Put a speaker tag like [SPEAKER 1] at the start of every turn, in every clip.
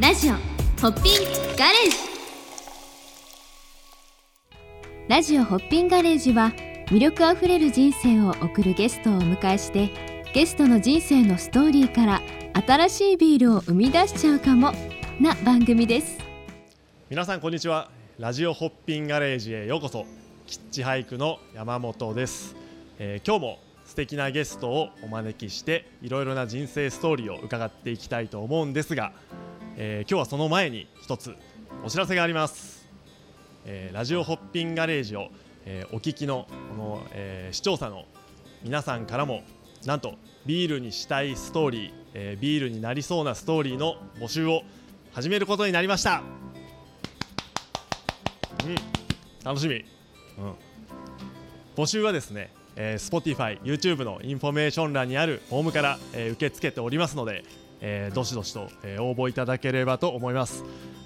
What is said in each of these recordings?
[SPEAKER 1] ラジオホッピンガレージラジオホッピンガレージは魅力あふれる人生を送るゲストをお迎えしてゲストの人生のストーリーから新しいビールを生み出しちゃうかもな番組です
[SPEAKER 2] 皆さんこんにちはラジオホッピンガレージへようこそキッチハイクの山本です、えー今日も素敵なゲストをお招きしていろいろな人生ストーリーを伺っていきたいと思うんですが、えー今日はその前に一つお知らせがあります、えーラジオホッピンガレージを、えーお聞きのこの、えー視聴者の皆さんからもなんとビールにしたいストーリー、えービールになりそうなストーリーの募集を始めることになりましたうん、楽しみ、うん、募集はですね、えー、Spotify、YouTube のインフォメーション欄にあるフォームから、えー受け付けておりますので、えーどしどしと、えー応募いただければと思います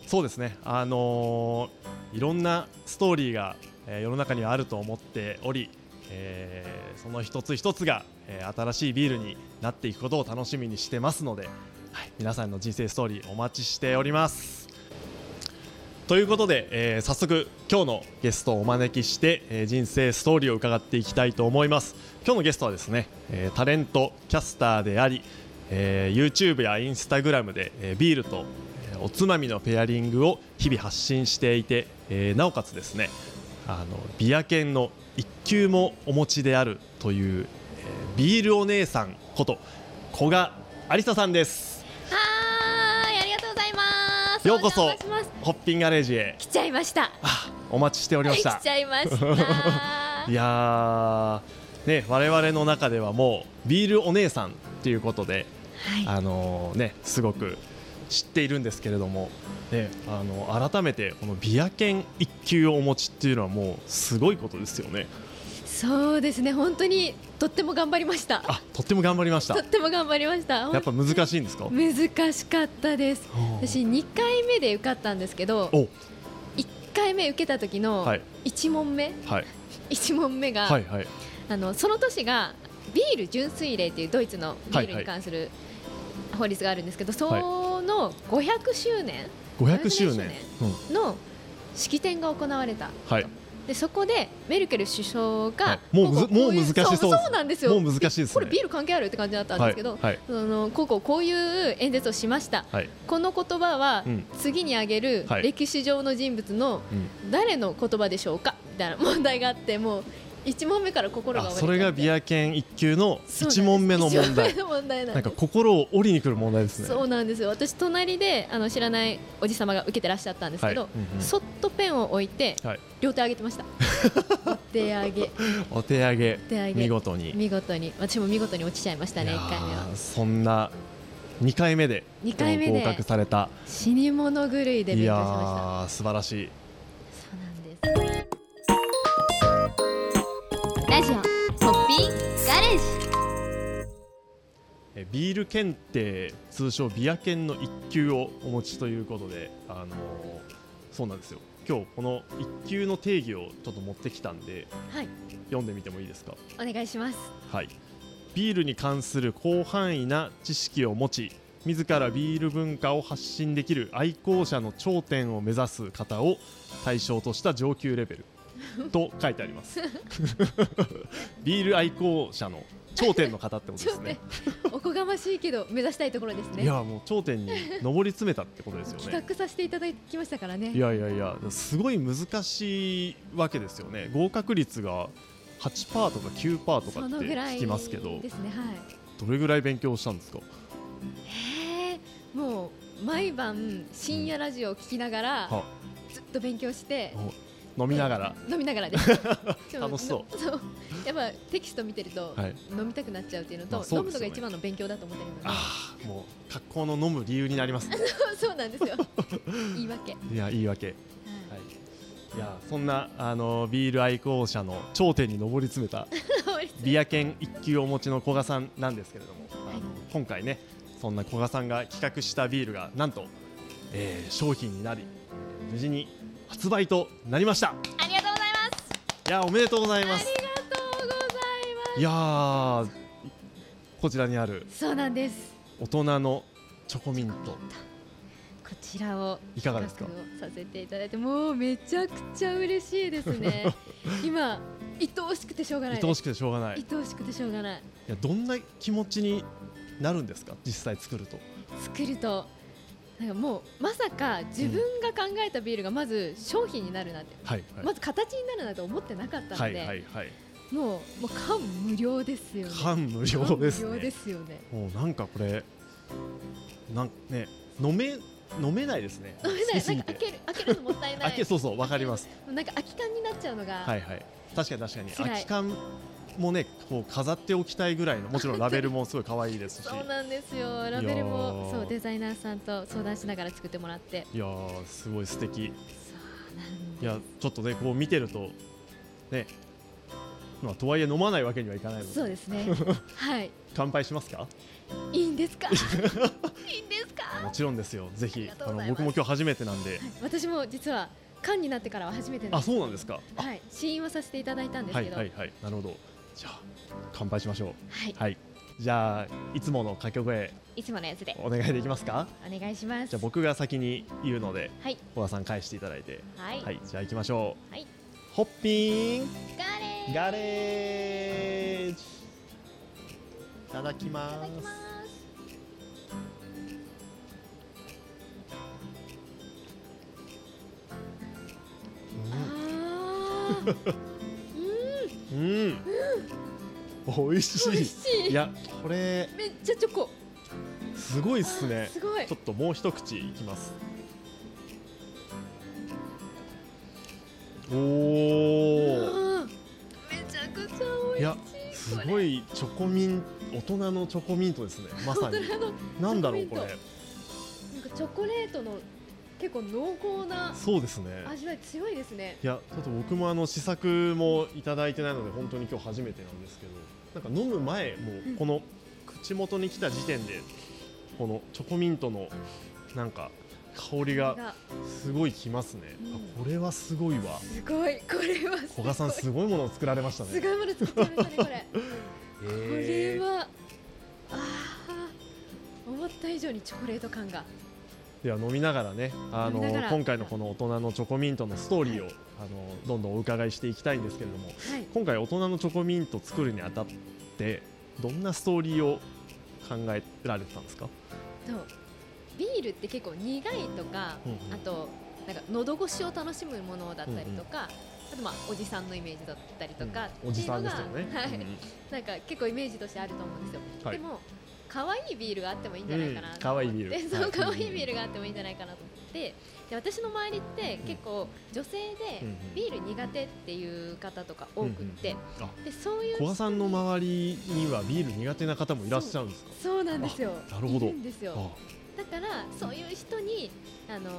[SPEAKER 2] そうですねあのーいろんなストーリーが、えー世の中にはあると思っておりえーその一つ一つが、えー新しいビールになっていくことを楽しみにしてますので、はい、皆さんの人生ストーリーお待ちしておりますということで、えー早速今日のゲストをお招きして、えー人生ストーリーを伺っていきたいと思います今日のゲストはですね、えータレントキャスターであり、えー YouTube や Instagram で、えービールと、えーおつまみのペアリングを日々発信していて、えーなおかつですねあのビア犬の一級もお持ちであるという、えービールお姉さんこと古賀有沙さんです
[SPEAKER 1] はーいありがとうございます
[SPEAKER 2] ようこ
[SPEAKER 1] お
[SPEAKER 2] そ
[SPEAKER 1] 邪魔します
[SPEAKER 2] ホッピンガレージへ
[SPEAKER 1] 来ちゃいました
[SPEAKER 2] あお待ちしておりました
[SPEAKER 1] 来ちゃいました
[SPEAKER 2] いやー、ね、我々の中ではもうビールお姉さんっていうことで、
[SPEAKER 1] はい
[SPEAKER 2] あのーね、すごく知っているんですけれども、ね、あの改めてこのビア犬一級をお持ちっていうのはもうすごいことですよね。
[SPEAKER 3] そうですね本当にとっても頑張りました
[SPEAKER 2] あとっても頑張りました
[SPEAKER 3] とっ。ても頑張りました
[SPEAKER 2] やっぱ難しいんですか
[SPEAKER 3] 難しかったです私2回目で受かったんですけど
[SPEAKER 2] お
[SPEAKER 3] 1回目受けた時の
[SPEAKER 2] はい
[SPEAKER 3] 1問目、
[SPEAKER 2] はい
[SPEAKER 3] 1問目が、
[SPEAKER 2] はいはい
[SPEAKER 3] あのその年がビール純粋令というドイツのビールに関する法律があるんですけど、
[SPEAKER 2] はい
[SPEAKER 3] その500周年
[SPEAKER 2] 500周年
[SPEAKER 3] 500周年、
[SPEAKER 2] うん、
[SPEAKER 3] の式典が行われた
[SPEAKER 2] はい
[SPEAKER 3] でそこでメルケル首相
[SPEAKER 2] は
[SPEAKER 3] が
[SPEAKER 2] い、もうむず
[SPEAKER 3] こここい
[SPEAKER 2] もう難しそうです
[SPEAKER 3] そうそうなんですよ
[SPEAKER 2] もう難しいですね
[SPEAKER 3] これビール関係あるって感じだったんですけど、
[SPEAKER 2] はいはい
[SPEAKER 3] そのこうこうこういう演説をしました
[SPEAKER 2] はい、
[SPEAKER 3] この言葉は
[SPEAKER 2] うん
[SPEAKER 3] 次に挙げる
[SPEAKER 2] はい
[SPEAKER 3] 歴史上の人物の
[SPEAKER 2] うん、
[SPEAKER 3] 誰の言葉でしょうかみたいな問題があってもう1問目から心が
[SPEAKER 2] あ
[SPEAKER 3] 折れ
[SPEAKER 2] それがビ
[SPEAKER 3] ア
[SPEAKER 2] ア犬一級の一問目の問題
[SPEAKER 3] 問目の問題な
[SPEAKER 2] な
[SPEAKER 3] んで
[SPEAKER 2] ん
[SPEAKER 3] す
[SPEAKER 2] か心を折りにくる問題ですね
[SPEAKER 3] そうなんですよ私隣であの知らないおじさまが受けてらっしゃったんですけど、
[SPEAKER 2] はいうんうん
[SPEAKER 3] そっとペンを置いて
[SPEAKER 2] はい、
[SPEAKER 3] 両手上げて ました手上げ
[SPEAKER 2] お手上げ
[SPEAKER 3] 手上げ
[SPEAKER 2] 見事に
[SPEAKER 3] 見事に私も見事に落ちちゃいましたね
[SPEAKER 2] いや
[SPEAKER 3] 1回目は
[SPEAKER 2] ーそんな2回目で
[SPEAKER 3] 二回目で
[SPEAKER 2] 合格された
[SPEAKER 3] 死に物狂いで
[SPEAKER 2] い
[SPEAKER 3] 勉強し
[SPEAKER 2] や
[SPEAKER 3] ま
[SPEAKER 2] ー素晴らしい
[SPEAKER 3] したそうなんです
[SPEAKER 1] ラジオホッピンガレージ
[SPEAKER 2] えビール検定通称ビア検の1級をお持ちということで、あのーそうなんですよ今日この1級の定義をちょっと持ってきたんで
[SPEAKER 3] はい
[SPEAKER 2] 読んでみてもいいですか
[SPEAKER 3] お願いします
[SPEAKER 2] はい、ビールに関する広範囲な知識を持ち自らビール文化を発信できる愛好者の頂点を目指す方を対象とした上級レベルと書いてあります ビール愛好者の頂点の方ってことですね
[SPEAKER 3] おこがましいけど目指したいところですね
[SPEAKER 2] いやもう頂点に上り詰めたってことですよね
[SPEAKER 3] 企画させていただきましたからね
[SPEAKER 2] いやいやいやすごい難しいわけですよね合格率が8%とか9%とか
[SPEAKER 3] そ
[SPEAKER 2] って
[SPEAKER 3] のぐらい
[SPEAKER 2] 聞きますけど
[SPEAKER 3] ですねはい
[SPEAKER 2] どれぐらい勉強したんですか
[SPEAKER 3] へーもう毎晩深夜ラジオを聞きながら、
[SPEAKER 2] は
[SPEAKER 3] ずっと勉強して
[SPEAKER 2] 飲みながら
[SPEAKER 3] 飲みながらです
[SPEAKER 2] 楽しそう
[SPEAKER 3] そうやっぱテキスト見てると、
[SPEAKER 2] はい
[SPEAKER 3] 飲みたくなっちゃうっていうのと、
[SPEAKER 2] まあそう
[SPEAKER 3] 飲
[SPEAKER 2] で
[SPEAKER 3] む
[SPEAKER 2] すよ
[SPEAKER 3] の
[SPEAKER 2] ね
[SPEAKER 3] が一番の勉強だと思ってるので
[SPEAKER 2] ああもう格好の飲む理由になり ますね
[SPEAKER 3] そうな んですよ言い訳、 はい
[SPEAKER 2] いやいいわけ、はい、いやそんなあのビール愛好者の頂点に上り詰め たビア犬一級をお持ちの古賀さんなんですけれども、あの今回ねそんな古賀さんが企画したビールがなんと、えー商品になり無事に発売となりました
[SPEAKER 1] ありがとうございます
[SPEAKER 2] いやおめでとうございます
[SPEAKER 3] ありがとうございま
[SPEAKER 2] いやーこちらにある
[SPEAKER 3] すそうなんです
[SPEAKER 2] 大人のチョコミント
[SPEAKER 3] こちらを
[SPEAKER 2] いかがですか
[SPEAKER 3] 企画をさせていただいてもうめちゃくちゃ嬉しいです ね今愛おしくてしょうがない
[SPEAKER 2] 愛
[SPEAKER 3] です
[SPEAKER 2] おしくてしょうがないい
[SPEAKER 3] 愛おしくてしょうがない
[SPEAKER 2] やどんな気持ちになるんですか実際作ると
[SPEAKER 3] 作るとなんかもうまさか自分が考えたビールがまず商品になるなんて、
[SPEAKER 2] はいはい、
[SPEAKER 3] まず形になるなんて思ってなかった
[SPEAKER 2] は
[SPEAKER 3] の
[SPEAKER 2] い
[SPEAKER 3] で、
[SPEAKER 2] はいはい
[SPEAKER 3] もうもう感無量ですよね
[SPEAKER 2] 感無量です
[SPEAKER 3] 感無
[SPEAKER 2] ね
[SPEAKER 3] 量ですよ ね
[SPEAKER 2] もうなんかこれなんね飲め飲めないですね
[SPEAKER 3] 飲めな
[SPEAKER 2] 好き
[SPEAKER 3] い
[SPEAKER 2] す
[SPEAKER 3] な
[SPEAKER 2] ぎ
[SPEAKER 3] んか
[SPEAKER 2] て
[SPEAKER 3] 開ける開けるのもったい な
[SPEAKER 2] あ
[SPEAKER 3] い
[SPEAKER 2] けそうそうわかります
[SPEAKER 3] なんか空き缶になっちゃうのが、
[SPEAKER 2] はいはい確かに確かに
[SPEAKER 3] 辛い
[SPEAKER 2] 空き缶もねこう飾っておきたいぐらいのもちろんラベルもすごい可愛いです し
[SPEAKER 3] そうなんですよラベル
[SPEAKER 2] いやー
[SPEAKER 3] もそうデザイナーさんと相談しながら作ってもら って
[SPEAKER 2] いやーすごい素敵
[SPEAKER 3] そうな
[SPEAKER 2] い
[SPEAKER 3] ん
[SPEAKER 2] やちょっとねこう見てるとねまあとはいえ飲まないわけにはいかないので
[SPEAKER 3] そうで すねはい
[SPEAKER 2] 乾杯しますか
[SPEAKER 3] いいんです かいいんですか
[SPEAKER 2] もちろんですよぜひ
[SPEAKER 3] ありが
[SPEAKER 2] あ
[SPEAKER 3] とうご
[SPEAKER 2] の
[SPEAKER 3] ざいます
[SPEAKER 2] 僕も今日初めてなん で
[SPEAKER 3] 私も実は缶になってからは初めてなん
[SPEAKER 2] あ
[SPEAKER 3] です
[SPEAKER 2] そうなんですかあ
[SPEAKER 3] はい試飲はさせていただいたんです
[SPEAKER 2] は
[SPEAKER 3] け
[SPEAKER 2] い
[SPEAKER 3] ど
[SPEAKER 2] はいはいなるほどじゃあ乾杯しましょう
[SPEAKER 3] はい
[SPEAKER 2] はいじゃあいつもの掛け声
[SPEAKER 3] いつものやつで
[SPEAKER 2] お願いできますか
[SPEAKER 3] お願いします
[SPEAKER 2] じゃあ僕が先に言うので
[SPEAKER 3] はい
[SPEAKER 2] 小田さん返していただいて
[SPEAKER 3] はい
[SPEAKER 2] はいじゃあ行きましょう
[SPEAKER 3] はい
[SPEAKER 2] ホッピン
[SPEAKER 3] ガレーい
[SPEAKER 2] ガレージいただき
[SPEAKER 3] た
[SPEAKER 2] ま
[SPEAKER 3] だきますすあー
[SPEAKER 2] うん、うん、美味し
[SPEAKER 3] 美味
[SPEAKER 2] い
[SPEAKER 3] しい
[SPEAKER 2] いやこれ
[SPEAKER 3] めっちゃチョコ
[SPEAKER 2] すごいっすね
[SPEAKER 3] すごい
[SPEAKER 2] ちょっともう一口いきますおお
[SPEAKER 3] うんめちゃくちゃ
[SPEAKER 2] い
[SPEAKER 3] 美
[SPEAKER 2] や
[SPEAKER 3] 味しい
[SPEAKER 2] す
[SPEAKER 3] これ
[SPEAKER 2] ごいチョコミン大人のチョコミント ですねまさ
[SPEAKER 3] 本当
[SPEAKER 2] に
[SPEAKER 3] にあの
[SPEAKER 2] なんだろう
[SPEAKER 3] チョ
[SPEAKER 2] こ
[SPEAKER 3] コミン
[SPEAKER 2] れ
[SPEAKER 3] トなんかチョコレートの結構濃厚な
[SPEAKER 2] そうですね
[SPEAKER 3] 味わい強いですね。
[SPEAKER 2] いやちょっと僕もあの試作もいただいてないので本当に今日初めてなんですけどなんか飲む前もうこの口元に来た時点でこのチョコミントのなんか香りが
[SPEAKER 3] が
[SPEAKER 2] すごいきますね
[SPEAKER 3] うん
[SPEAKER 2] あこれはすごいわ
[SPEAKER 3] すごいこれはす
[SPEAKER 2] 古
[SPEAKER 3] ご
[SPEAKER 2] 賀
[SPEAKER 3] い
[SPEAKER 2] さんすごいものを作られました
[SPEAKER 3] す
[SPEAKER 2] ね
[SPEAKER 3] ごいもの作っちゃいました ねこ
[SPEAKER 2] へ
[SPEAKER 3] れ。これ
[SPEAKER 2] ー
[SPEAKER 3] はあー思った以上にチョコレート感が
[SPEAKER 2] では飲みながらねあの
[SPEAKER 3] 飲みながら
[SPEAKER 2] 今回のこの大人のチョコミントのストーリーを、あのどんどんお伺いしていきたいんですけれども
[SPEAKER 3] はい
[SPEAKER 2] 今回大人のチョコミント作るにあたってどんなストーリーを考えられてたんですか、
[SPEAKER 3] とビールって結構苦いとか、
[SPEAKER 2] うんうん
[SPEAKER 3] あとなんか喉越しを楽しむものだったりとか、あとまあおじさんのイメージだったりとか、
[SPEAKER 2] うんおじさんですよね
[SPEAKER 3] っていうのがはい
[SPEAKER 2] うん
[SPEAKER 3] なんか結構イメージとしてあると思うんですよ、
[SPEAKER 2] はい
[SPEAKER 3] でも可愛いビールがあってもいいんじゃないかな
[SPEAKER 2] うん
[SPEAKER 3] と思って、
[SPEAKER 2] 可愛いビール
[SPEAKER 3] そう可
[SPEAKER 2] はい
[SPEAKER 3] 愛いビールがあってもいいんじゃないかなと思ってで私の周りって結構女性
[SPEAKER 2] う
[SPEAKER 3] で
[SPEAKER 2] んうん
[SPEAKER 3] ビール苦手っていう方とか多
[SPEAKER 2] う
[SPEAKER 3] く
[SPEAKER 2] ん
[SPEAKER 3] っ
[SPEAKER 2] う
[SPEAKER 3] て
[SPEAKER 2] ん、あ
[SPEAKER 3] でそういう
[SPEAKER 2] 古賀さんの周りにはビール苦手な方もいらっしゃるんですか
[SPEAKER 3] そうなんですよ
[SPEAKER 2] なるほど
[SPEAKER 3] いるんですよ
[SPEAKER 2] あ
[SPEAKER 3] だからそういう人にあの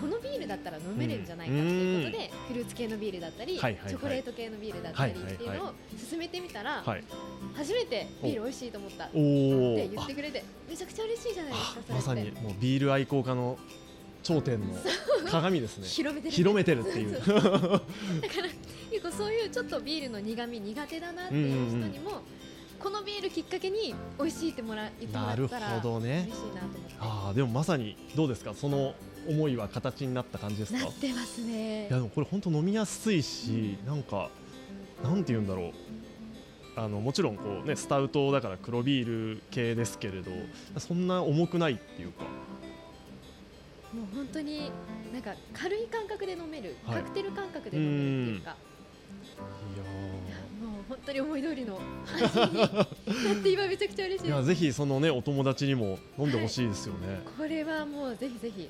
[SPEAKER 3] このビールだったら飲めるんじゃないかっていうことで、フルーツ系のビールだったり、
[SPEAKER 2] はいはいはい
[SPEAKER 3] チョコレート系のビールだったりっ
[SPEAKER 2] はいはいはい
[SPEAKER 3] ていうのを勧めてみたら、
[SPEAKER 2] はい
[SPEAKER 3] 初めてビール美味しいと思ったって
[SPEAKER 2] おお
[SPEAKER 3] 言ってくれてめちゃくちゃ嬉しいじゃないですかそれって
[SPEAKER 2] まさにもうビール愛好家の頂点の鏡です ね
[SPEAKER 3] 広めてる
[SPEAKER 2] 広めてるっていう
[SPEAKER 3] そうだから結構そういうちょっとビールの苦味苦手だなっていう人にも、このビールきっかけに美味しいってもら言ってもら
[SPEAKER 2] な
[SPEAKER 3] っ
[SPEAKER 2] る
[SPEAKER 3] たら
[SPEAKER 2] ほどね
[SPEAKER 3] 嬉しいなと思って
[SPEAKER 2] ああでもまさにどうですかその思いは形になった感じですか
[SPEAKER 3] なってますね
[SPEAKER 2] いやでもこれ本当飲みやすいし、なんかなんて言うんだろうあのもちろんこうねスタウトだから黒ビール系ですけれどそんな重くないっていうか
[SPEAKER 3] もう本当になんか軽い感覚で飲める、
[SPEAKER 2] はい
[SPEAKER 3] カクテル感覚で飲めるっていうかいや
[SPEAKER 2] い
[SPEAKER 3] もう本当に思い通りの味になって今めちゃくちゃ嬉しい
[SPEAKER 2] や
[SPEAKER 3] です
[SPEAKER 2] ぜひそのねお友達にも飲んでほしいですよね、い
[SPEAKER 3] これはもうぜひぜひ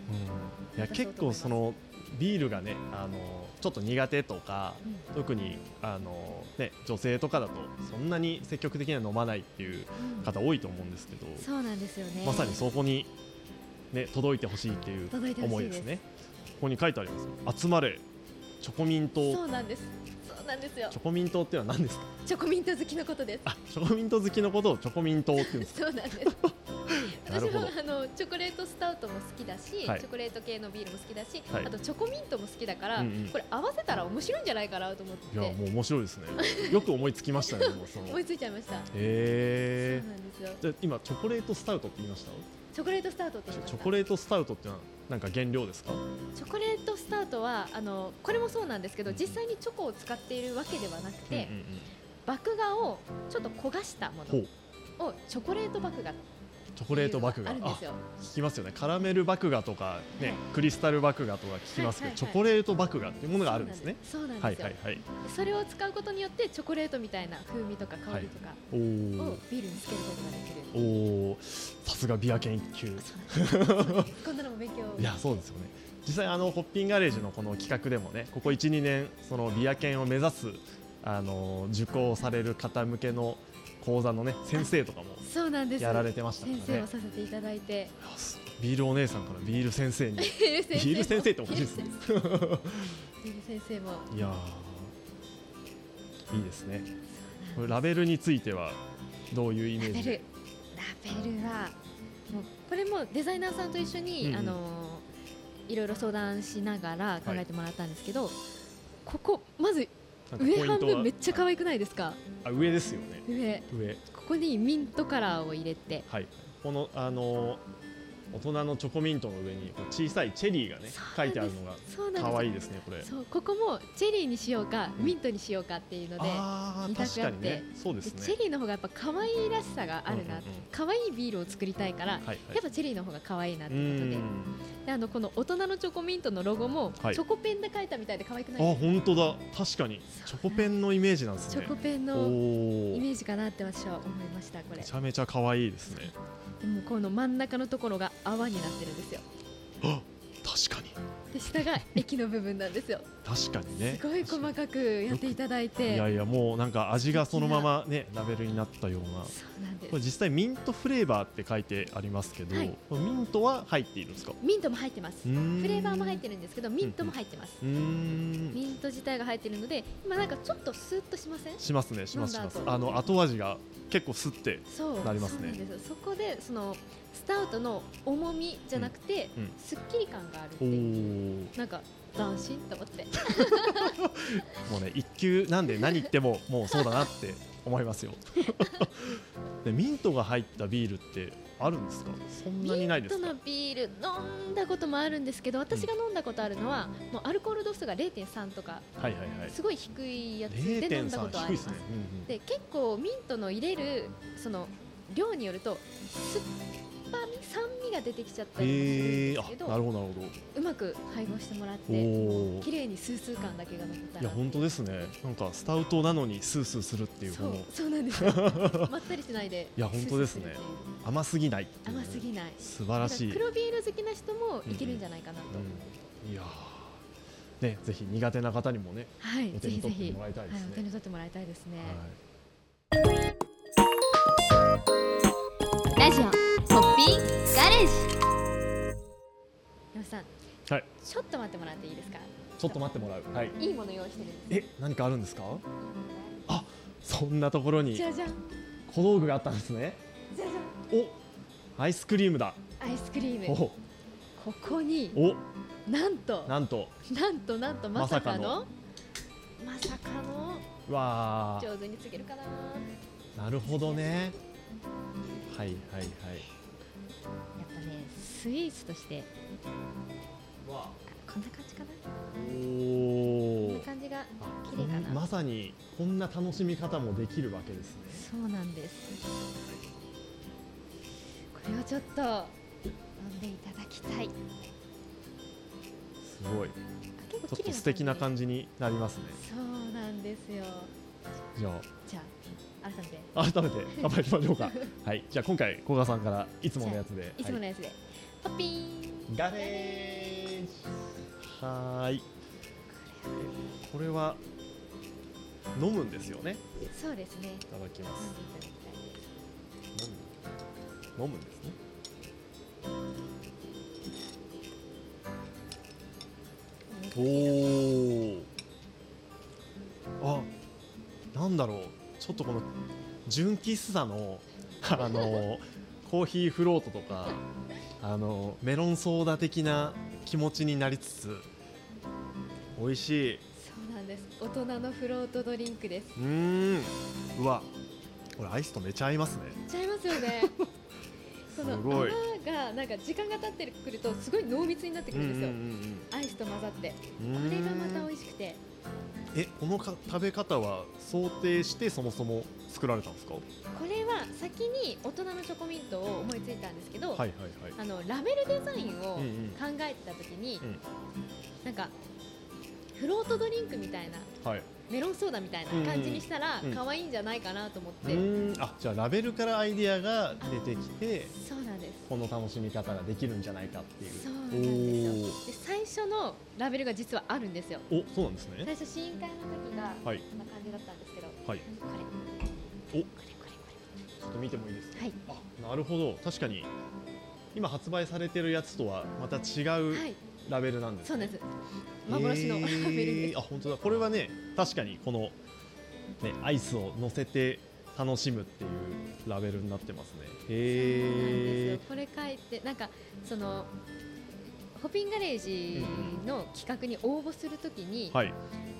[SPEAKER 2] うん、いや結構そのビールがねあのちょっと苦手とか特にあの、ね、女性とかだとそんなに積極的には飲まないっていう
[SPEAKER 3] うん
[SPEAKER 2] 方多いと思うんですけど、
[SPEAKER 3] そうなんですよね
[SPEAKER 2] まさにそこに、ね、届いてほしいっていう
[SPEAKER 3] 届いてほ
[SPEAKER 2] 思
[SPEAKER 3] し
[SPEAKER 2] い
[SPEAKER 3] い
[SPEAKER 2] で
[SPEAKER 3] ですす
[SPEAKER 2] ね。ここに書いてあります。集まれチョコミント。
[SPEAKER 3] そうなんですそうなんですよ
[SPEAKER 2] チョコミントっていうのは何ですか。
[SPEAKER 3] チョコミント好きのことです
[SPEAKER 2] あ、チョコミント好きのことをチョコミントって言うんですか。
[SPEAKER 3] そうなんです
[SPEAKER 2] なる
[SPEAKER 3] 私
[SPEAKER 2] ほ
[SPEAKER 3] も
[SPEAKER 2] ど
[SPEAKER 3] あのチョコレートスタウトも好きだし、
[SPEAKER 2] はい
[SPEAKER 3] チョコレート系のビールも好きだし、
[SPEAKER 2] はい
[SPEAKER 3] あとチョコミントも好きだから、
[SPEAKER 2] うんうん
[SPEAKER 3] これ合わせたら面白いんじゃないかなと思っ
[SPEAKER 2] いや、
[SPEAKER 3] て
[SPEAKER 2] もう面白いですね。よく思いつきましたね。もうその
[SPEAKER 3] 思いついちゃいました、
[SPEAKER 2] へ
[SPEAKER 3] そうなんですよ
[SPEAKER 2] ーじゃあ今チョコレートスタウトって言いました
[SPEAKER 3] チョコレートスタートって
[SPEAKER 2] チョ
[SPEAKER 3] 言いまし
[SPEAKER 2] チ
[SPEAKER 3] た
[SPEAKER 2] ョコレートスタウトってのはなんか原料ですか
[SPEAKER 3] チョコレートスタートはあのこれもそうなんですけど実際にチョコを使っているわけではなくて、
[SPEAKER 2] うんうんうん
[SPEAKER 3] 麦芽をちょっと焦がしたも
[SPEAKER 2] ほ
[SPEAKER 3] の
[SPEAKER 2] う
[SPEAKER 3] をチョコレート麦芽って
[SPEAKER 2] チョコレー
[SPEAKER 3] い
[SPEAKER 2] ト
[SPEAKER 3] うの
[SPEAKER 2] 麦
[SPEAKER 3] が
[SPEAKER 2] 芽
[SPEAKER 3] あるんですよ
[SPEAKER 2] 聞きますよねカラメル麦芽とか、ね
[SPEAKER 3] はい
[SPEAKER 2] クリスタル麦芽とか聞きますけど、
[SPEAKER 3] はいはいはい
[SPEAKER 2] チョコレート麦芽っていうものがあるんですね
[SPEAKER 3] そうなんです
[SPEAKER 2] はい
[SPEAKER 3] そうなんですよ、
[SPEAKER 2] はいはい
[SPEAKER 3] それを使うことによってチョコレートみたいな風味とか香りとか
[SPEAKER 2] お
[SPEAKER 3] を
[SPEAKER 2] ー
[SPEAKER 3] ビールにつけることができる、
[SPEAKER 2] おーさすがビア研究
[SPEAKER 3] そうなんですそうなんですこんなのも勉強
[SPEAKER 2] いやそうですよね実際あのホッピンガレージのこの企画でもねここ12年そのビア研を目指すあの受講される方向けの講座のね先生とかも
[SPEAKER 3] そうなんです
[SPEAKER 2] やられてましたから
[SPEAKER 3] 先
[SPEAKER 2] ね
[SPEAKER 3] 生をさせていただいて
[SPEAKER 2] いやすビールお姉さんからビール先生にビ
[SPEAKER 3] ビール
[SPEAKER 2] ール先生っておかしいですね
[SPEAKER 3] ビール先生も
[SPEAKER 2] いやーいいですねこれラベルについてはどういうイメ
[SPEAKER 3] ラ
[SPEAKER 2] ー
[SPEAKER 3] ベ
[SPEAKER 2] ジ
[SPEAKER 3] ル
[SPEAKER 2] で
[SPEAKER 3] ラベルはもうこれもデザイナーさんと一緒に、
[SPEAKER 2] うんうん
[SPEAKER 3] あのーいろいろ相談しながら考えてもらったんですけど、ここまず
[SPEAKER 2] なんかポイン
[SPEAKER 3] 上半
[SPEAKER 2] トは
[SPEAKER 3] 分めっちゃ可愛くないですか
[SPEAKER 2] あ上ですよね
[SPEAKER 3] 上
[SPEAKER 2] 上
[SPEAKER 3] ここにミントカラーを入れて
[SPEAKER 2] はいこのあのー大人のチョコミントの上にこう小さいチェリーがね
[SPEAKER 3] そう
[SPEAKER 2] 書
[SPEAKER 3] なんです
[SPEAKER 2] いてあるのが
[SPEAKER 3] そうなんです
[SPEAKER 2] 可愛いですねこれ
[SPEAKER 3] そうここもチェリーにしようか
[SPEAKER 2] うん
[SPEAKER 3] ミントにしようかっていうので,で、
[SPEAKER 2] あー
[SPEAKER 3] 二択あって
[SPEAKER 2] 確かにねそうですね
[SPEAKER 3] チェリーの方がやっぱ可愛いらしさがあるな、
[SPEAKER 2] うんうんうん
[SPEAKER 3] 可愛いビールを作りたいから、
[SPEAKER 2] はい
[SPEAKER 3] やっぱチェリーの方が可愛いなってことで
[SPEAKER 2] ん
[SPEAKER 3] であのこの大人のチョコミントのロゴも、
[SPEAKER 2] はい
[SPEAKER 3] チョコペンで描いたみたいで可愛くない
[SPEAKER 2] あ
[SPEAKER 3] ですか
[SPEAKER 2] 本当だ確かにチョコペンのイメージなんです
[SPEAKER 3] チ
[SPEAKER 2] ね
[SPEAKER 3] ョコペン
[SPEAKER 2] お
[SPEAKER 3] の
[SPEAKER 2] ー
[SPEAKER 3] イメージかなって私は思いましたこれ
[SPEAKER 2] めちゃめちゃ可愛いですね
[SPEAKER 3] でもこの真ん中のところが泡になってるんですよ
[SPEAKER 2] あ確かに
[SPEAKER 3] で下が液の部分なん ですよ
[SPEAKER 2] 確かにね
[SPEAKER 3] すごい細かくやっていただい
[SPEAKER 2] い
[SPEAKER 3] て
[SPEAKER 2] やいやもうなんか味がそのままねラベルになったような
[SPEAKER 3] そうなんで
[SPEAKER 2] これ
[SPEAKER 3] す
[SPEAKER 2] 実際ミントフレーバーって書いてありますけど、
[SPEAKER 3] はい
[SPEAKER 2] これミントは入っているんですか
[SPEAKER 3] ミントも入ってます
[SPEAKER 2] フレ
[SPEAKER 3] フレーバーも入っててるんですけどミントも入ってます
[SPEAKER 2] うーん
[SPEAKER 3] ミント自体が入ってるので今なんかちょっとスーッとしません
[SPEAKER 2] しますねしますします
[SPEAKER 3] 飲んだ後
[SPEAKER 2] あの後味が結構吸って
[SPEAKER 3] そう
[SPEAKER 2] なりますね
[SPEAKER 3] そうなんですよそこでそのスタウトの重みじゃなくて、
[SPEAKER 2] うんうん
[SPEAKER 3] すっきり感があるって
[SPEAKER 2] おお
[SPEAKER 3] いう
[SPEAKER 2] ー
[SPEAKER 3] なんか斬新と思って
[SPEAKER 2] もうね一級なんで何言ってももうそうだなって思い ますよでミントが入ったビールってあるんですかそんなにないです
[SPEAKER 3] ミン
[SPEAKER 2] か
[SPEAKER 3] トのビール飲んだこともあるんですけど私が飲んだことあるのは、もうアルコール度数が0.3とか
[SPEAKER 2] はいはいはい
[SPEAKER 3] すごい低いやつで飲んだこと
[SPEAKER 2] 0.3
[SPEAKER 3] はあ
[SPEAKER 2] 低いで
[SPEAKER 3] りますす
[SPEAKER 2] ね、うんうん
[SPEAKER 3] で結構ミントの入れるその量によると酸っぱみ酸味が出てきちゃったりもするん
[SPEAKER 2] え
[SPEAKER 3] で
[SPEAKER 2] ー、
[SPEAKER 3] すけ
[SPEAKER 2] あ
[SPEAKER 3] ど、
[SPEAKER 2] なるほどなるほ
[SPEAKER 3] うまく配合してもらっ
[SPEAKER 2] ど
[SPEAKER 3] て
[SPEAKER 2] おお
[SPEAKER 3] 綺麗にスースー感だけが残った
[SPEAKER 2] いや
[SPEAKER 3] ら
[SPEAKER 2] 本当ですねなんかスタウトなのにスースーするっていうこ
[SPEAKER 3] そう
[SPEAKER 2] の
[SPEAKER 3] そうなんですよ まったりしないで
[SPEAKER 2] いや本当ですね
[SPEAKER 3] スースーるっていう
[SPEAKER 2] 甘すぎないっていう
[SPEAKER 3] 甘すぎない
[SPEAKER 2] 素晴らしい、
[SPEAKER 3] だから黒ビール好きな人もいけるんじゃないかなと、
[SPEAKER 2] うん、いやーねぜひ苦手な方にもね
[SPEAKER 3] はい
[SPEAKER 2] お手
[SPEAKER 3] ぜひ
[SPEAKER 2] に
[SPEAKER 3] ぜ
[SPEAKER 2] 取って
[SPEAKER 3] ひ
[SPEAKER 2] も
[SPEAKER 3] はい
[SPEAKER 2] らいたいですね
[SPEAKER 3] お手に取ってもらいたいですね、
[SPEAKER 2] はい
[SPEAKER 1] ラジオホッピンガレージ
[SPEAKER 3] 山本さん
[SPEAKER 2] はい
[SPEAKER 3] ちょっと待ってもらっていいですか
[SPEAKER 2] ちょっと待ってもらうはい
[SPEAKER 3] いいもの用意してるんで
[SPEAKER 2] え何かあるんですかあそんなところ
[SPEAKER 3] す
[SPEAKER 2] に
[SPEAKER 3] じゃじゃん
[SPEAKER 2] 小道具があったんですね
[SPEAKER 3] じゃじ
[SPEAKER 2] おアイスクリームだ
[SPEAKER 3] ゃんアイスクリーム
[SPEAKER 2] お
[SPEAKER 3] ここに
[SPEAKER 2] お
[SPEAKER 3] なんと
[SPEAKER 2] なんと
[SPEAKER 3] なんとなんとまさかのまさかの
[SPEAKER 2] わ
[SPEAKER 3] 上手につけるかなや
[SPEAKER 2] あなるほどねはいはいはい
[SPEAKER 3] っぱねスイーツとして
[SPEAKER 2] わ
[SPEAKER 3] あこんな感じかなこん
[SPEAKER 2] お
[SPEAKER 3] な
[SPEAKER 2] ー
[SPEAKER 3] 感じが
[SPEAKER 2] あ
[SPEAKER 3] 綺麗かな
[SPEAKER 2] こんまさにこんな楽しみ方もできるわけですね
[SPEAKER 3] そうなんですこれをちょっと飲んでいただきたい
[SPEAKER 2] すごいち
[SPEAKER 3] あ結
[SPEAKER 2] ょっと素敵な感じになりますね
[SPEAKER 3] じそうなんですよ
[SPEAKER 2] じゃあ
[SPEAKER 3] じゃあ改めて
[SPEAKER 2] 改め て頑張りましょうか。はい、じゃあ今回古賀さんからいつものやつで。
[SPEAKER 3] いつもの
[SPEAKER 2] はい
[SPEAKER 3] やつで、ポッピーン
[SPEAKER 2] ガレージ。はーい。これは飲むんですよね。
[SPEAKER 3] そうですね
[SPEAKER 2] いただきま
[SPEAKER 3] 飲
[SPEAKER 2] す
[SPEAKER 3] ん。でいただきたいです
[SPEAKER 2] 飲む。飲むんですね。おお。あ、なんだろう。ちょっとこの純喫茶の あのコーヒーフロートとかあのメロンソーダ的な気持ちになりつつ美味しい。
[SPEAKER 3] そうなんです大人のフロートドリンクです
[SPEAKER 2] うーん。うわ、これアイスとめちゃ合いますね。
[SPEAKER 3] いっちゃいますよねそ の
[SPEAKER 2] すごい
[SPEAKER 3] 泡ががなんか時間が経ってくるとすごい濃密になってくるんですよ、アイスと混ざってこれがまた美味しくて
[SPEAKER 2] えこのか食べ方は想定してそもそも作られたんですか
[SPEAKER 3] これは先に大人のチョコミントを思いついたんですけど、
[SPEAKER 2] はいはいはい
[SPEAKER 3] あのラベルデザインを
[SPEAKER 2] う
[SPEAKER 3] 考
[SPEAKER 2] んうん
[SPEAKER 3] えてた時に、
[SPEAKER 2] うん
[SPEAKER 3] なんかフロートドリンクみたいな
[SPEAKER 2] はい
[SPEAKER 3] メロンソーダみたいな感じにしたら
[SPEAKER 2] うんうん
[SPEAKER 3] 可愛いんじゃないかなと思っ
[SPEAKER 2] う
[SPEAKER 3] て、
[SPEAKER 2] ーんあじゃあラベルからアイディアが出てきて
[SPEAKER 3] そうなんです
[SPEAKER 2] この楽しみ方ができるんじゃないかっていう
[SPEAKER 3] そうなんですよで最初のラベルが実はあるんですよ
[SPEAKER 2] おーおそうなんですね
[SPEAKER 3] 最初試飲会の時が
[SPEAKER 2] はい
[SPEAKER 3] こんな感じだったんですけど、
[SPEAKER 2] はい
[SPEAKER 3] これ
[SPEAKER 2] お
[SPEAKER 3] これこれこ
[SPEAKER 2] ちょっと見てもいいですか
[SPEAKER 3] れはい
[SPEAKER 2] あなるほど確かに今発売されてるやつとはまた違う
[SPEAKER 3] はい
[SPEAKER 2] ラベルなんです、
[SPEAKER 3] そう
[SPEAKER 2] ね
[SPEAKER 3] なんです幻の
[SPEAKER 2] え
[SPEAKER 3] ラベル
[SPEAKER 2] ー
[SPEAKER 3] です、
[SPEAKER 2] あ本当だこれはね確かにこの、ね、アイスを乗せて楽しむっていうラベルになってますね
[SPEAKER 3] そうなんです
[SPEAKER 2] へ
[SPEAKER 3] よこれ書いてなんかそのホピンガレージの企画に応募するときに、
[SPEAKER 2] えはい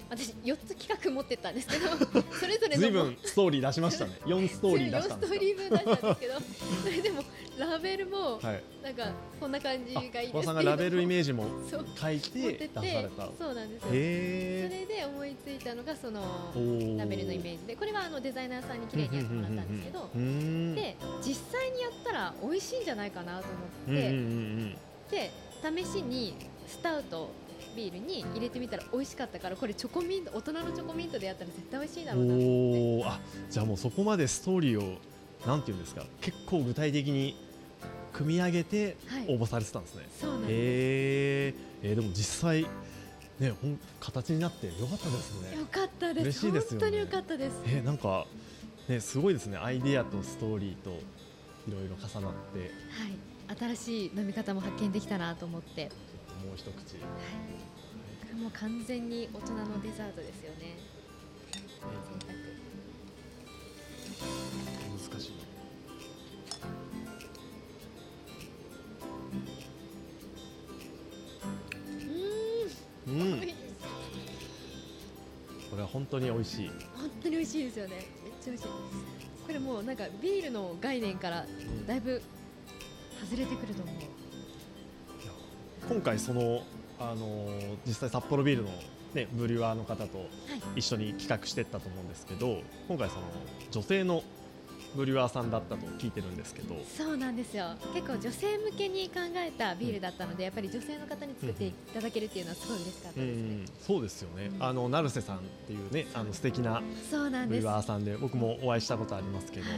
[SPEAKER 3] 私4つ企画持ってったんですけ どそれぞれの
[SPEAKER 2] 随分ストーリー出しましたね4ストーリー出したん
[SPEAKER 3] 4
[SPEAKER 2] です
[SPEAKER 3] ストー
[SPEAKER 2] か
[SPEAKER 3] リー分出したんですけどそれでもラベルも
[SPEAKER 2] はい、
[SPEAKER 3] なんかこんな感じがいいです
[SPEAKER 2] あ小田さんがラベルイ
[SPEAKER 3] ー
[SPEAKER 2] メージも
[SPEAKER 3] ジそう
[SPEAKER 2] 書い
[SPEAKER 3] 持ってて
[SPEAKER 2] 出
[SPEAKER 3] て
[SPEAKER 2] されたへ
[SPEAKER 3] そうなんですよ、そ
[SPEAKER 2] え
[SPEAKER 3] れで思いついたのがその
[SPEAKER 2] ー
[SPEAKER 3] ラベルのイメージでこれはあのデザイナーさんに綺麗にやってもらったんですけど
[SPEAKER 2] うんうんうんうん
[SPEAKER 3] で実際にやったら美味しいんじゃないかなと思
[SPEAKER 2] う
[SPEAKER 3] っ
[SPEAKER 2] んうん
[SPEAKER 3] て、
[SPEAKER 2] うん
[SPEAKER 3] で試しにスタウトビールに入れてみたら美味しかったからこれチョコミント大人のチョコミントでやったら絶対美味しいだ
[SPEAKER 2] う
[SPEAKER 3] ろうなと思っ
[SPEAKER 2] ん
[SPEAKER 3] て
[SPEAKER 2] おーあじゃあもうそこまでストーリーをなんていうんですか結構具体的に組み上げて
[SPEAKER 3] はい
[SPEAKER 2] 応募されてたんですね、
[SPEAKER 3] そうなんです、
[SPEAKER 2] えー、えーでも実際ねほん形になってよかったですね
[SPEAKER 3] よかったです
[SPEAKER 2] 嬉しいですよね
[SPEAKER 3] 本当によかったです
[SPEAKER 2] えーなんかねすごいですねアイディアとストーリーといろいろ重なって
[SPEAKER 3] はい新しい飲み方も発見できたなと思って、
[SPEAKER 2] もう一口、
[SPEAKER 3] はい、これもう完全に大人のデザートですよね贅沢
[SPEAKER 2] 難しいうん、
[SPEAKER 3] うーん、美味しい
[SPEAKER 2] これは本当に美味しい、
[SPEAKER 3] 本当に美味しいですよねめっちゃ美味しいこれもうなんかビールの概念からだいぶ外れてくると思う
[SPEAKER 2] 今回その、あのー実際札幌ビールの、ね、ブリュワーの方と一緒に企画してったと思うんですけど今回その女性のブリュワーさんだったと聞いてるんですけど
[SPEAKER 3] そうなんですよ結構女性向けに考えたビールだったので、やっぱり女性の方に作っていただけるっていうのはすごい嬉しかった
[SPEAKER 2] う
[SPEAKER 3] ですね、
[SPEAKER 2] ん、そうですよね。あの成瀬さんっていうね、あの素敵な
[SPEAKER 3] そうなん
[SPEAKER 2] ブ
[SPEAKER 3] で
[SPEAKER 2] リ
[SPEAKER 3] す、
[SPEAKER 2] ュ
[SPEAKER 3] は
[SPEAKER 2] ワーさんで、僕もお会いしたことありますけ
[SPEAKER 3] い
[SPEAKER 2] ど、、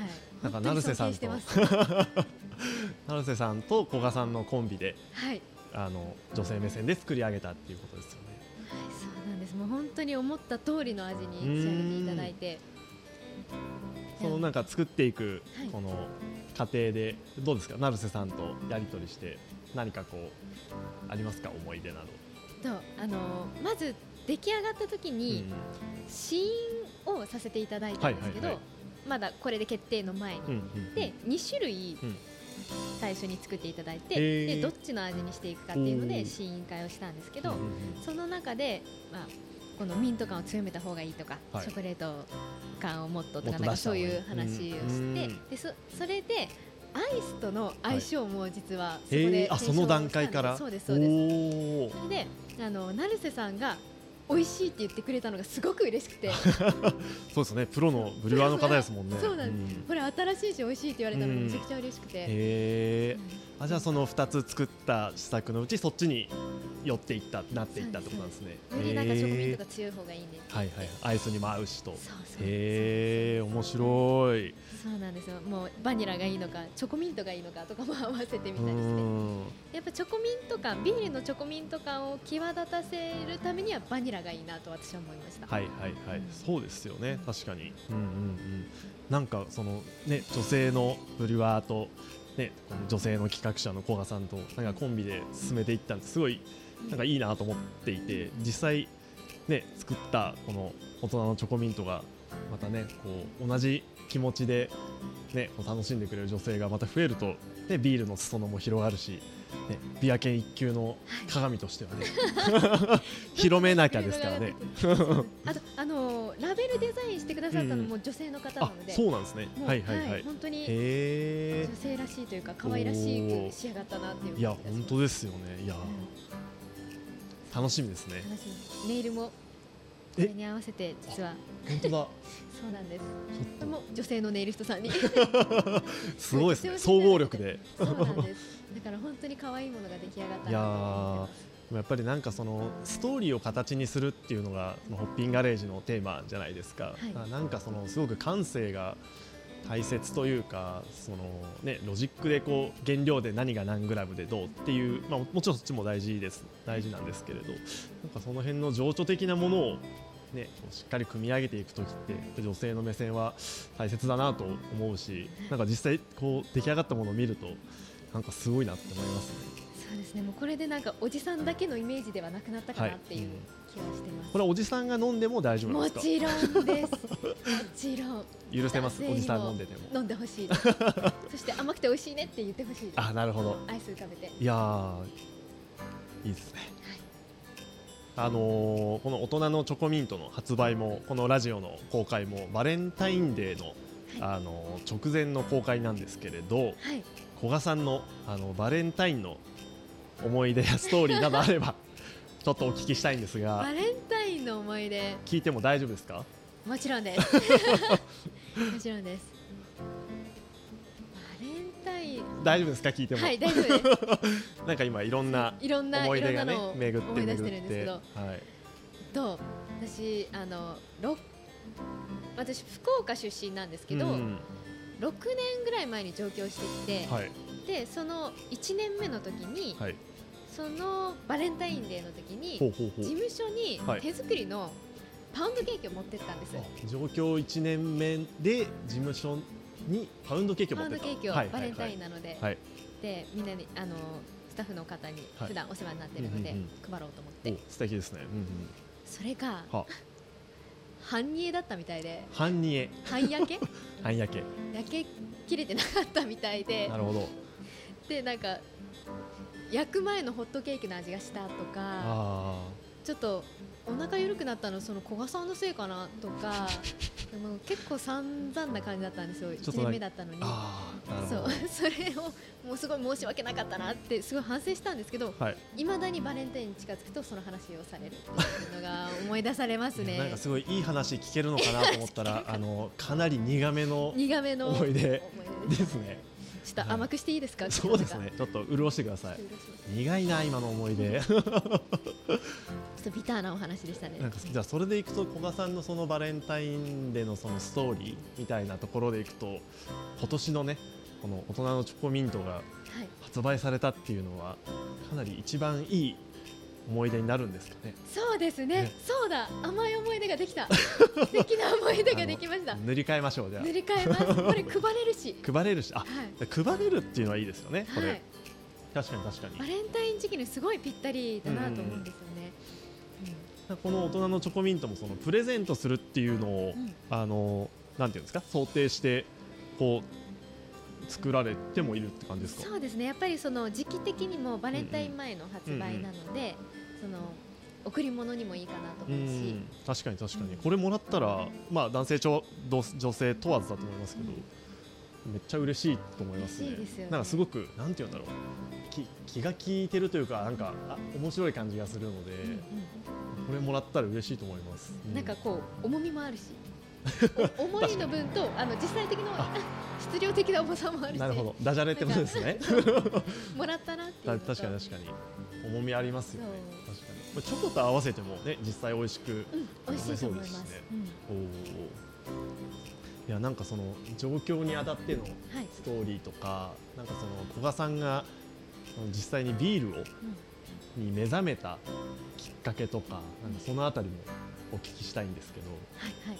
[SPEAKER 2] なんか
[SPEAKER 3] 本当に
[SPEAKER 2] 成瀬さん
[SPEAKER 3] 尊敬して
[SPEAKER 2] と
[SPEAKER 3] ます
[SPEAKER 2] 成瀬さんと古賀さんのコンビで、
[SPEAKER 3] はい、はい、
[SPEAKER 2] あの女性目線で作り上げたっていうことですよね。
[SPEAKER 3] そうなんですもう本当に思った通りの味に仕上げていただいて
[SPEAKER 2] そのなんか作っていく
[SPEAKER 3] はい
[SPEAKER 2] この過程でどうですか、成瀬さんとやり取りして何かこうありますか思い出など。
[SPEAKER 3] とあのまず出来上がった時に、試飲をさせていただいたんですけど、
[SPEAKER 2] はいはいは
[SPEAKER 3] まだこれで決定の前に、
[SPEAKER 2] うん、うんうん
[SPEAKER 3] で2種類
[SPEAKER 2] うん
[SPEAKER 3] 最初に作っていただいて、
[SPEAKER 2] へー
[SPEAKER 3] でどっちの味にしていくかっていうの
[SPEAKER 2] おー
[SPEAKER 3] で試飲会をしたんですけ
[SPEAKER 2] う
[SPEAKER 3] ど、
[SPEAKER 2] んうん
[SPEAKER 3] その中で、まあ、このミント感を強めた方がいいとか、
[SPEAKER 2] はい
[SPEAKER 3] チョコレート感をもっとと
[SPEAKER 2] も
[SPEAKER 3] か
[SPEAKER 2] っと
[SPEAKER 3] なん
[SPEAKER 2] 出
[SPEAKER 3] か
[SPEAKER 2] した
[SPEAKER 3] そ
[SPEAKER 2] 方が
[SPEAKER 3] う
[SPEAKER 2] いい
[SPEAKER 3] いう
[SPEAKER 2] うん
[SPEAKER 3] 話をして、
[SPEAKER 2] うん
[SPEAKER 3] でそそれでアイスとの相性も実はそこ
[SPEAKER 2] うん
[SPEAKER 3] で、
[SPEAKER 2] えーあその段階から。
[SPEAKER 3] そうですそうです
[SPEAKER 2] おー
[SPEAKER 3] それであの成瀬さんが美味しいって言ってくれたのがすごく嬉 しくて
[SPEAKER 2] そうですね、プロのブリュワーの方ですもんね。
[SPEAKER 3] そうなん
[SPEAKER 2] です。
[SPEAKER 3] これ新しいし美味しいって言われたのがめちゃくちゃ嬉しくて、
[SPEAKER 2] へえ
[SPEAKER 3] うん。
[SPEAKER 2] あじゃあその二つ作った試作のうちそっちに寄っていったなっていったってことなんですね。
[SPEAKER 3] よりなんかチョコミント
[SPEAKER 2] へ
[SPEAKER 3] が強い方がいいねって言って
[SPEAKER 2] ーはいはいアイスにも合うしと。
[SPEAKER 3] そうそう
[SPEAKER 2] へえ面白い。
[SPEAKER 3] そうなんですよもうバニラがいいのかチョコミントがいいのかとかも合わせてみ
[SPEAKER 2] う
[SPEAKER 3] たりして
[SPEAKER 2] ん。
[SPEAKER 3] やっぱチョコミント感ビールのチョコミント感を際立たせるためにはバニラがいいなと私は思いました、
[SPEAKER 2] はいはいはいそうですよね確かに。うんうんうん。なんかそのね女性のブリュワーと。ね、この女性の企画者の古賀さんとなんかコンビで進めていったんですごいなんかいいなと思っていて実際、ね、作ったこの大人のチョコミントがまたねこう同じ気持ちで、ね、こう楽しんでくれる女性がまた増えると、ね、ビールの裾野も広がるし、ね、ビア犬一級の鏡 としてはね広めなきゃですからね。
[SPEAKER 3] あとあのーラベルでデザインしてくださったのも女性の方な
[SPEAKER 2] あ
[SPEAKER 3] ので、
[SPEAKER 2] そうなんですね
[SPEAKER 3] もう
[SPEAKER 2] はいはいはい、
[SPEAKER 3] 本当に
[SPEAKER 2] へ
[SPEAKER 3] 女性らしいというか可愛らしい仕上がったなってい
[SPEAKER 2] えい
[SPEAKER 3] う感じ
[SPEAKER 2] や
[SPEAKER 3] がします
[SPEAKER 2] 本当ですよねいや楽しみですね
[SPEAKER 3] うん楽しみネイルもそ
[SPEAKER 2] え
[SPEAKER 3] れに合わせて実は
[SPEAKER 2] 本当だ
[SPEAKER 3] そうなんです
[SPEAKER 2] ち
[SPEAKER 3] で
[SPEAKER 2] ょっ
[SPEAKER 3] も女性のネイリストさん に
[SPEAKER 2] とすごいですね総合力で
[SPEAKER 3] そうなんですだから本当に可愛いものが出来上がった
[SPEAKER 2] いやー
[SPEAKER 3] な
[SPEAKER 2] やっぱりなんかそのストーリーを形にするっていうのがそのホッピンガレージのテーマじゃないですか、
[SPEAKER 3] はい
[SPEAKER 2] だからなんかそのすごく感性が大切というかその、ね、ロジックでこう原料で何が何グラムでどうっていう、まあ、もちろんそっちも大事です大事なんですけれどなんかその辺の情緒的なものを、ね、こうしっかり組み上げていく時って女性の目線は大切だなと思うしなんか実際こう出来上がったものを見るとなんかすごいなって思いますね。
[SPEAKER 3] そうですねもうこれでなんかおじさんだけのイメージではなくなったかなっていう気がしてます、
[SPEAKER 2] これはおじさんが飲んでも大丈夫なんです
[SPEAKER 3] も
[SPEAKER 2] か
[SPEAKER 3] ちろんです。もちろん
[SPEAKER 2] 許せます
[SPEAKER 3] 男性に
[SPEAKER 2] お
[SPEAKER 3] も
[SPEAKER 2] じさん飲んでても
[SPEAKER 3] 飲んでほしい です。そして甘くて美味しいねって言ってほしいです。
[SPEAKER 2] あなるほど
[SPEAKER 3] アイス浮かべて。
[SPEAKER 2] いやーいいですね、あのーこの大人のチョコミントの発売もこのラジオの公開もバレンタインデーの、あのー直前の公開なんですけれど
[SPEAKER 3] はい。
[SPEAKER 2] 古賀さんのあのバレンタインの思い出 やストーリーなどあればちょっとお聞きしたいんです
[SPEAKER 3] バ
[SPEAKER 2] が
[SPEAKER 3] レンタインの思い 出
[SPEAKER 2] 聞いても大丈夫ですか
[SPEAKER 3] もちろんです。もちろんです。バレンタイン
[SPEAKER 2] 大丈夫ですか聞いても、
[SPEAKER 3] はい大丈夫 です。
[SPEAKER 2] なんか今いろんない
[SPEAKER 3] ろんな
[SPEAKER 2] 思い
[SPEAKER 3] いろ
[SPEAKER 2] 出
[SPEAKER 3] ん
[SPEAKER 2] が
[SPEAKER 3] な
[SPEAKER 2] ね
[SPEAKER 3] のを思い出
[SPEAKER 2] 巡って巡って
[SPEAKER 3] してるんですけど、
[SPEAKER 2] はい、
[SPEAKER 3] と私あのろ私福岡出身なんですけど、
[SPEAKER 2] う
[SPEAKER 3] 6
[SPEAKER 2] ん
[SPEAKER 3] 年ぐらい前に上京してきて、
[SPEAKER 2] はい
[SPEAKER 3] でその1年目の時に、
[SPEAKER 2] はい
[SPEAKER 3] そのバレンタインデーの時に
[SPEAKER 2] ほうほうほう
[SPEAKER 3] 事務所に
[SPEAKER 2] はい
[SPEAKER 3] 手作りのパウンドケーキを持ってったんです、
[SPEAKER 2] あ上京1年目で事務所にパウンドケーキを
[SPEAKER 3] パ
[SPEAKER 2] 持
[SPEAKER 3] ウ
[SPEAKER 2] っ
[SPEAKER 3] ン
[SPEAKER 2] て
[SPEAKER 3] ド
[SPEAKER 2] た
[SPEAKER 3] ケーキを
[SPEAKER 2] はい
[SPEAKER 3] バレンタ
[SPEAKER 2] はい
[SPEAKER 3] インなので、
[SPEAKER 2] はい
[SPEAKER 3] でみんなにあのスタッフの方に
[SPEAKER 2] はい
[SPEAKER 3] 普段お世話になってるので、
[SPEAKER 2] うんうん
[SPEAKER 3] 配ろうと思っ
[SPEAKER 2] はい
[SPEAKER 3] て
[SPEAKER 2] お素敵ですね、うんうん、
[SPEAKER 3] それが
[SPEAKER 2] は
[SPEAKER 3] 半煮えだったみたいで
[SPEAKER 2] 半煮え
[SPEAKER 3] 半焼け
[SPEAKER 2] 半焼
[SPEAKER 3] 焼けきれてなかったみたい
[SPEAKER 2] け
[SPEAKER 3] で
[SPEAKER 2] なるほ ど
[SPEAKER 3] でなんか焼く前のホットケーキの味がしたとか
[SPEAKER 2] あ
[SPEAKER 3] ちょっとお腹緩くなったのその古賀さんのせいかなと かでも結構散々な感じだったんですよ
[SPEAKER 2] とな
[SPEAKER 3] 1
[SPEAKER 2] んか
[SPEAKER 3] 年目だったのに
[SPEAKER 2] ー。あーなるほ
[SPEAKER 3] そう
[SPEAKER 2] ど
[SPEAKER 3] それをもうすごい申し訳なかったなってすごい反省したんですけど
[SPEAKER 2] はい、
[SPEAKER 3] いまだにバレンタインに近づくとその話をされるっていうのが思い出されますね
[SPEAKER 2] なんかすごいいい話聞けるのかなと思ったらあのかなり苦めの
[SPEAKER 3] 苦めの
[SPEAKER 2] 思い出
[SPEAKER 3] 思い
[SPEAKER 2] で
[SPEAKER 3] 出です
[SPEAKER 2] ね
[SPEAKER 3] すちょっと甘くしていいですか、
[SPEAKER 2] そうですねちょっと潤してください
[SPEAKER 3] ちょっと許します
[SPEAKER 2] 苦いな今の思い出
[SPEAKER 3] ちょっとビターなお話でしたね
[SPEAKER 2] なんかじゃあそれでいくと古賀さんのそのバレンタインでのそのストーリーみたいなところでいくと今年のねこの大人のチョコミントが
[SPEAKER 3] はい、
[SPEAKER 2] 発売されたっていうのはかなり一番いい思い出になるんですかね
[SPEAKER 3] そうですね
[SPEAKER 2] ね
[SPEAKER 3] そうだ甘い思い出がで きた素敵な思い出ができました
[SPEAKER 2] 塗り替えましょうじゃ
[SPEAKER 3] 塗り替えますこれ配れるし
[SPEAKER 2] あ配れるしあ
[SPEAKER 3] はい、
[SPEAKER 2] 配れるっていうのはいいですよねこれ、
[SPEAKER 3] はい、
[SPEAKER 2] 確かに確かに
[SPEAKER 3] バレンタイン時期にすごいぴったりだなと思うんですよね、
[SPEAKER 2] この大人のチョコミントもそのプレゼントするっていうのを、
[SPEAKER 3] うんうん
[SPEAKER 2] あのなんていうんですか想定してこう作られてもいるって感じですか
[SPEAKER 3] そうですねやっぱりその時期的にもバレンタイン前の発売なので、その贈り物にもいいかなと
[SPEAKER 2] う
[SPEAKER 3] 思うし
[SPEAKER 2] ん、確かに確かにこれもらったら、まあ、男性ちょど女性問わずだと思いますけど、めっちゃ嬉しいと思いますね
[SPEAKER 3] 嬉しいですよね
[SPEAKER 2] なんかすごくなんて言うんだろう気気が利いてるというかなんかあ面白い感じがするので、
[SPEAKER 3] うんうん
[SPEAKER 2] これもらったら嬉しいと思います、う
[SPEAKER 3] なんかこう重みもあ るしお重いの分とあの実際的な
[SPEAKER 2] あ
[SPEAKER 3] 質量的な重さもあるし
[SPEAKER 2] なるほどダジャレってことですね
[SPEAKER 3] もらったなっていう
[SPEAKER 2] た
[SPEAKER 3] のと
[SPEAKER 2] 確かに確かに重みありますよね
[SPEAKER 3] そ
[SPEAKER 2] 確かにこれチョコと合わせてもね実際美味しく
[SPEAKER 3] うん、美味しいと思います
[SPEAKER 2] そうですね
[SPEAKER 3] うん
[SPEAKER 2] おーいやなんかその状況にあたっての
[SPEAKER 3] はい
[SPEAKER 2] ストーリーとかなんかその古賀さんがその実際にビールを、に目覚めたきっかけとかなんかそのあたりもお聞きしたいんですけど
[SPEAKER 3] はいはい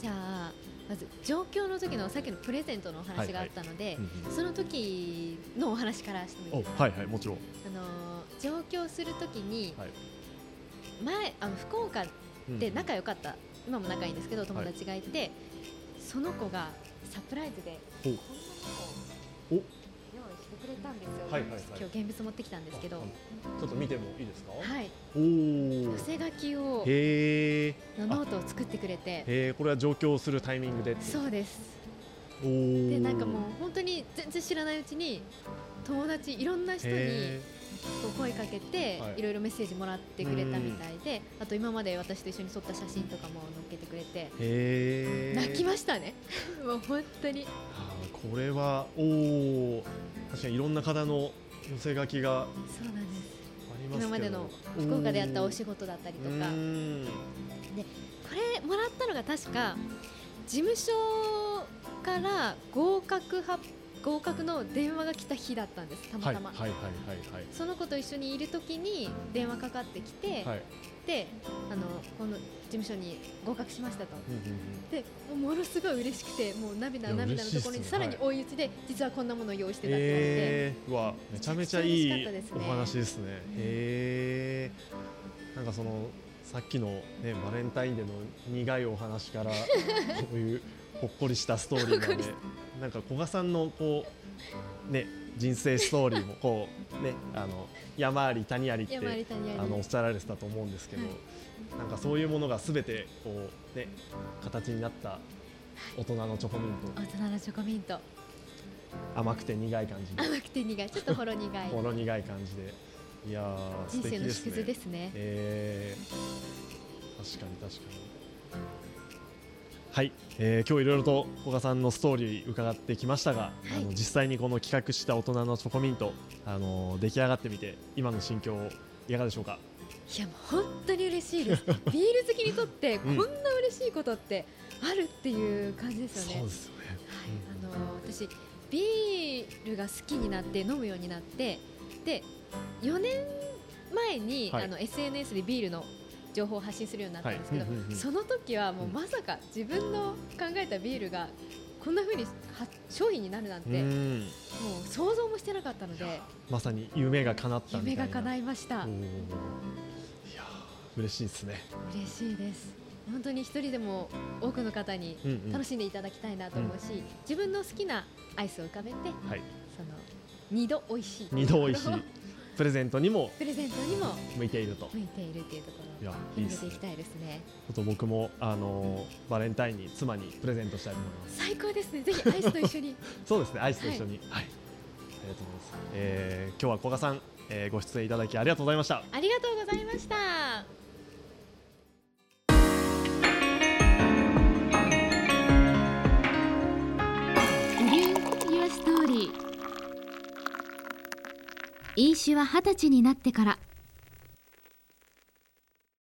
[SPEAKER 3] じゃあまず上京の時のさっきのプレゼントのお話があったので、
[SPEAKER 2] うん
[SPEAKER 3] その時のお話からしてもい
[SPEAKER 2] うん、
[SPEAKER 3] いで
[SPEAKER 2] お
[SPEAKER 3] すか
[SPEAKER 2] はいはいもちろん、
[SPEAKER 3] あのー上京するときに、
[SPEAKER 2] はい
[SPEAKER 3] 前あの福岡
[SPEAKER 2] うん
[SPEAKER 3] で仲良かった、今も仲いいんですけど友達がいて、その子がサプライズで
[SPEAKER 2] お
[SPEAKER 3] こんなものを
[SPEAKER 2] お
[SPEAKER 3] 用意してくくれたんですよ、
[SPEAKER 2] はいはいはい
[SPEAKER 3] 今日現物持ってきたんですけど、
[SPEAKER 2] あちょっと見てもいいですか。
[SPEAKER 3] はい、
[SPEAKER 2] おお
[SPEAKER 3] 寄。せ書きを
[SPEAKER 2] へえ。
[SPEAKER 3] のノートを作ってくれて
[SPEAKER 2] へえ、これは上京するタイミングでっていう。
[SPEAKER 3] そうです
[SPEAKER 2] おお。
[SPEAKER 3] でなんかもう本当に全然知らないうちに友達いろんな人に
[SPEAKER 2] へ
[SPEAKER 3] こう声かけて
[SPEAKER 2] はい
[SPEAKER 3] いろいろメッセージもらってくれたみたいであと今まで私と一緒に撮った写真とかも載っけてくれて
[SPEAKER 2] ーへえ。
[SPEAKER 3] 泣き
[SPEAKER 2] ま
[SPEAKER 3] ましたね もう本当に
[SPEAKER 2] これはおお。確かにいろんな方の寄せ書きがあ
[SPEAKER 3] そうなんです
[SPEAKER 2] りますけど。
[SPEAKER 3] 今までの福岡でやったお仕事だったりと
[SPEAKER 2] う
[SPEAKER 3] か
[SPEAKER 2] ーん
[SPEAKER 3] これもらったのが確か事務所から合格は合格の電話が来た日だったんですたま
[SPEAKER 2] はい
[SPEAKER 3] た
[SPEAKER 2] はい
[SPEAKER 3] ま、
[SPEAKER 2] はいはい
[SPEAKER 3] その子と一緒にいる時に電話かかってきて、
[SPEAKER 2] はい。はい。
[SPEAKER 3] であのこの事務所に合格しましたと。
[SPEAKER 2] うんうんうん
[SPEAKER 3] でもうものすごい嬉しくてもう涙
[SPEAKER 2] いや
[SPEAKER 3] 涙のところ
[SPEAKER 2] 嬉しいっす
[SPEAKER 3] に
[SPEAKER 2] ね
[SPEAKER 3] さらに追い打ちで、実はこんなものを用意してたって言われて、
[SPEAKER 2] ええー、うわめちゃめちゃい
[SPEAKER 3] めちゃくちゃ嬉しか
[SPEAKER 2] い
[SPEAKER 3] ったです
[SPEAKER 2] お
[SPEAKER 3] ね
[SPEAKER 2] 話ですね。へえ。なんかそのさっきのねバレンタインデーの苦いお話 からこういうほっこりしたストーリーま
[SPEAKER 3] ほっこり
[SPEAKER 2] で
[SPEAKER 3] し、
[SPEAKER 2] なんか古賀さんのこうね人生ストーリーもこうねあの山あり谷ありって
[SPEAKER 3] 山あり谷あり
[SPEAKER 2] あのおっしゃられてたと思うんですけど、
[SPEAKER 3] は
[SPEAKER 2] なんかそういうものがすべてこうね形になった大人のチョコミント
[SPEAKER 3] 大人のチョコミント
[SPEAKER 2] 甘くて苦い感じで。
[SPEAKER 3] 甘くて苦いちょっとほろ苦い
[SPEAKER 2] ほろ苦い感じで。いやー、 素
[SPEAKER 3] 人生
[SPEAKER 2] 敵
[SPEAKER 3] の
[SPEAKER 2] です
[SPEAKER 3] 縮図
[SPEAKER 2] ね。
[SPEAKER 3] ですね
[SPEAKER 2] えー確かに確かに。はい、えー今日いろいろと古賀さんのストーリー伺ってきましたが、
[SPEAKER 3] い
[SPEAKER 2] あの実際にこの企画した大人のチョコミント、あのー出来上がってみて今の心境いかがでしょうか。
[SPEAKER 3] いやもう本当に嬉しいですビール好きにとってこ
[SPEAKER 2] うん
[SPEAKER 3] んな嬉しいことってあるっていう感じですよね、
[SPEAKER 2] すよね。
[SPEAKER 3] はい、あの私ビールが好きになって飲むようになってで4年前に、
[SPEAKER 2] はい
[SPEAKER 3] あの SNS でビールの情報を発信するようになったんですけど、
[SPEAKER 2] はいうんうんうん
[SPEAKER 3] その時はもうまさか自分の考えたビールがこんな風には商品になるなんて、
[SPEAKER 2] う
[SPEAKER 3] も
[SPEAKER 2] ん、
[SPEAKER 3] う想像もしてなかったので
[SPEAKER 2] まさに夢が叶ったみた
[SPEAKER 3] 夢
[SPEAKER 2] いな。
[SPEAKER 3] が叶
[SPEAKER 2] い
[SPEAKER 3] いまし
[SPEAKER 2] お
[SPEAKER 3] た
[SPEAKER 2] ー。いやー嬉しいですね。
[SPEAKER 3] 嬉しいです本当に一人でも多くの方に
[SPEAKER 2] うんうん
[SPEAKER 3] 楽しんでいただきたいなと思うし、自分の好きなアイスを浮かべて
[SPEAKER 2] はい、
[SPEAKER 3] その二度美味しい。
[SPEAKER 2] 二度美味しいプレゼントにも
[SPEAKER 3] プレゼントにも
[SPEAKER 2] 向いていると。
[SPEAKER 3] 向いているっていうとこ
[SPEAKER 2] い
[SPEAKER 3] ろ
[SPEAKER 2] や
[SPEAKER 3] を
[SPEAKER 2] いいで
[SPEAKER 3] 広
[SPEAKER 2] す
[SPEAKER 3] げて
[SPEAKER 2] ね
[SPEAKER 3] いきたいですね
[SPEAKER 2] ちょっと僕もあのーバレンタインに妻にプレゼントしたいと思います。
[SPEAKER 3] 最高ですねぜひアイスと一緒に
[SPEAKER 2] そうですね、アイスと一緒に。はい。ありがとうございます。えー、今日は古賀さん、えー、ご出演いただきありがとうございました。
[SPEAKER 3] ありがとうございました
[SPEAKER 1] ブリュー・ユア・ストーリー飲酒は二十歳になってから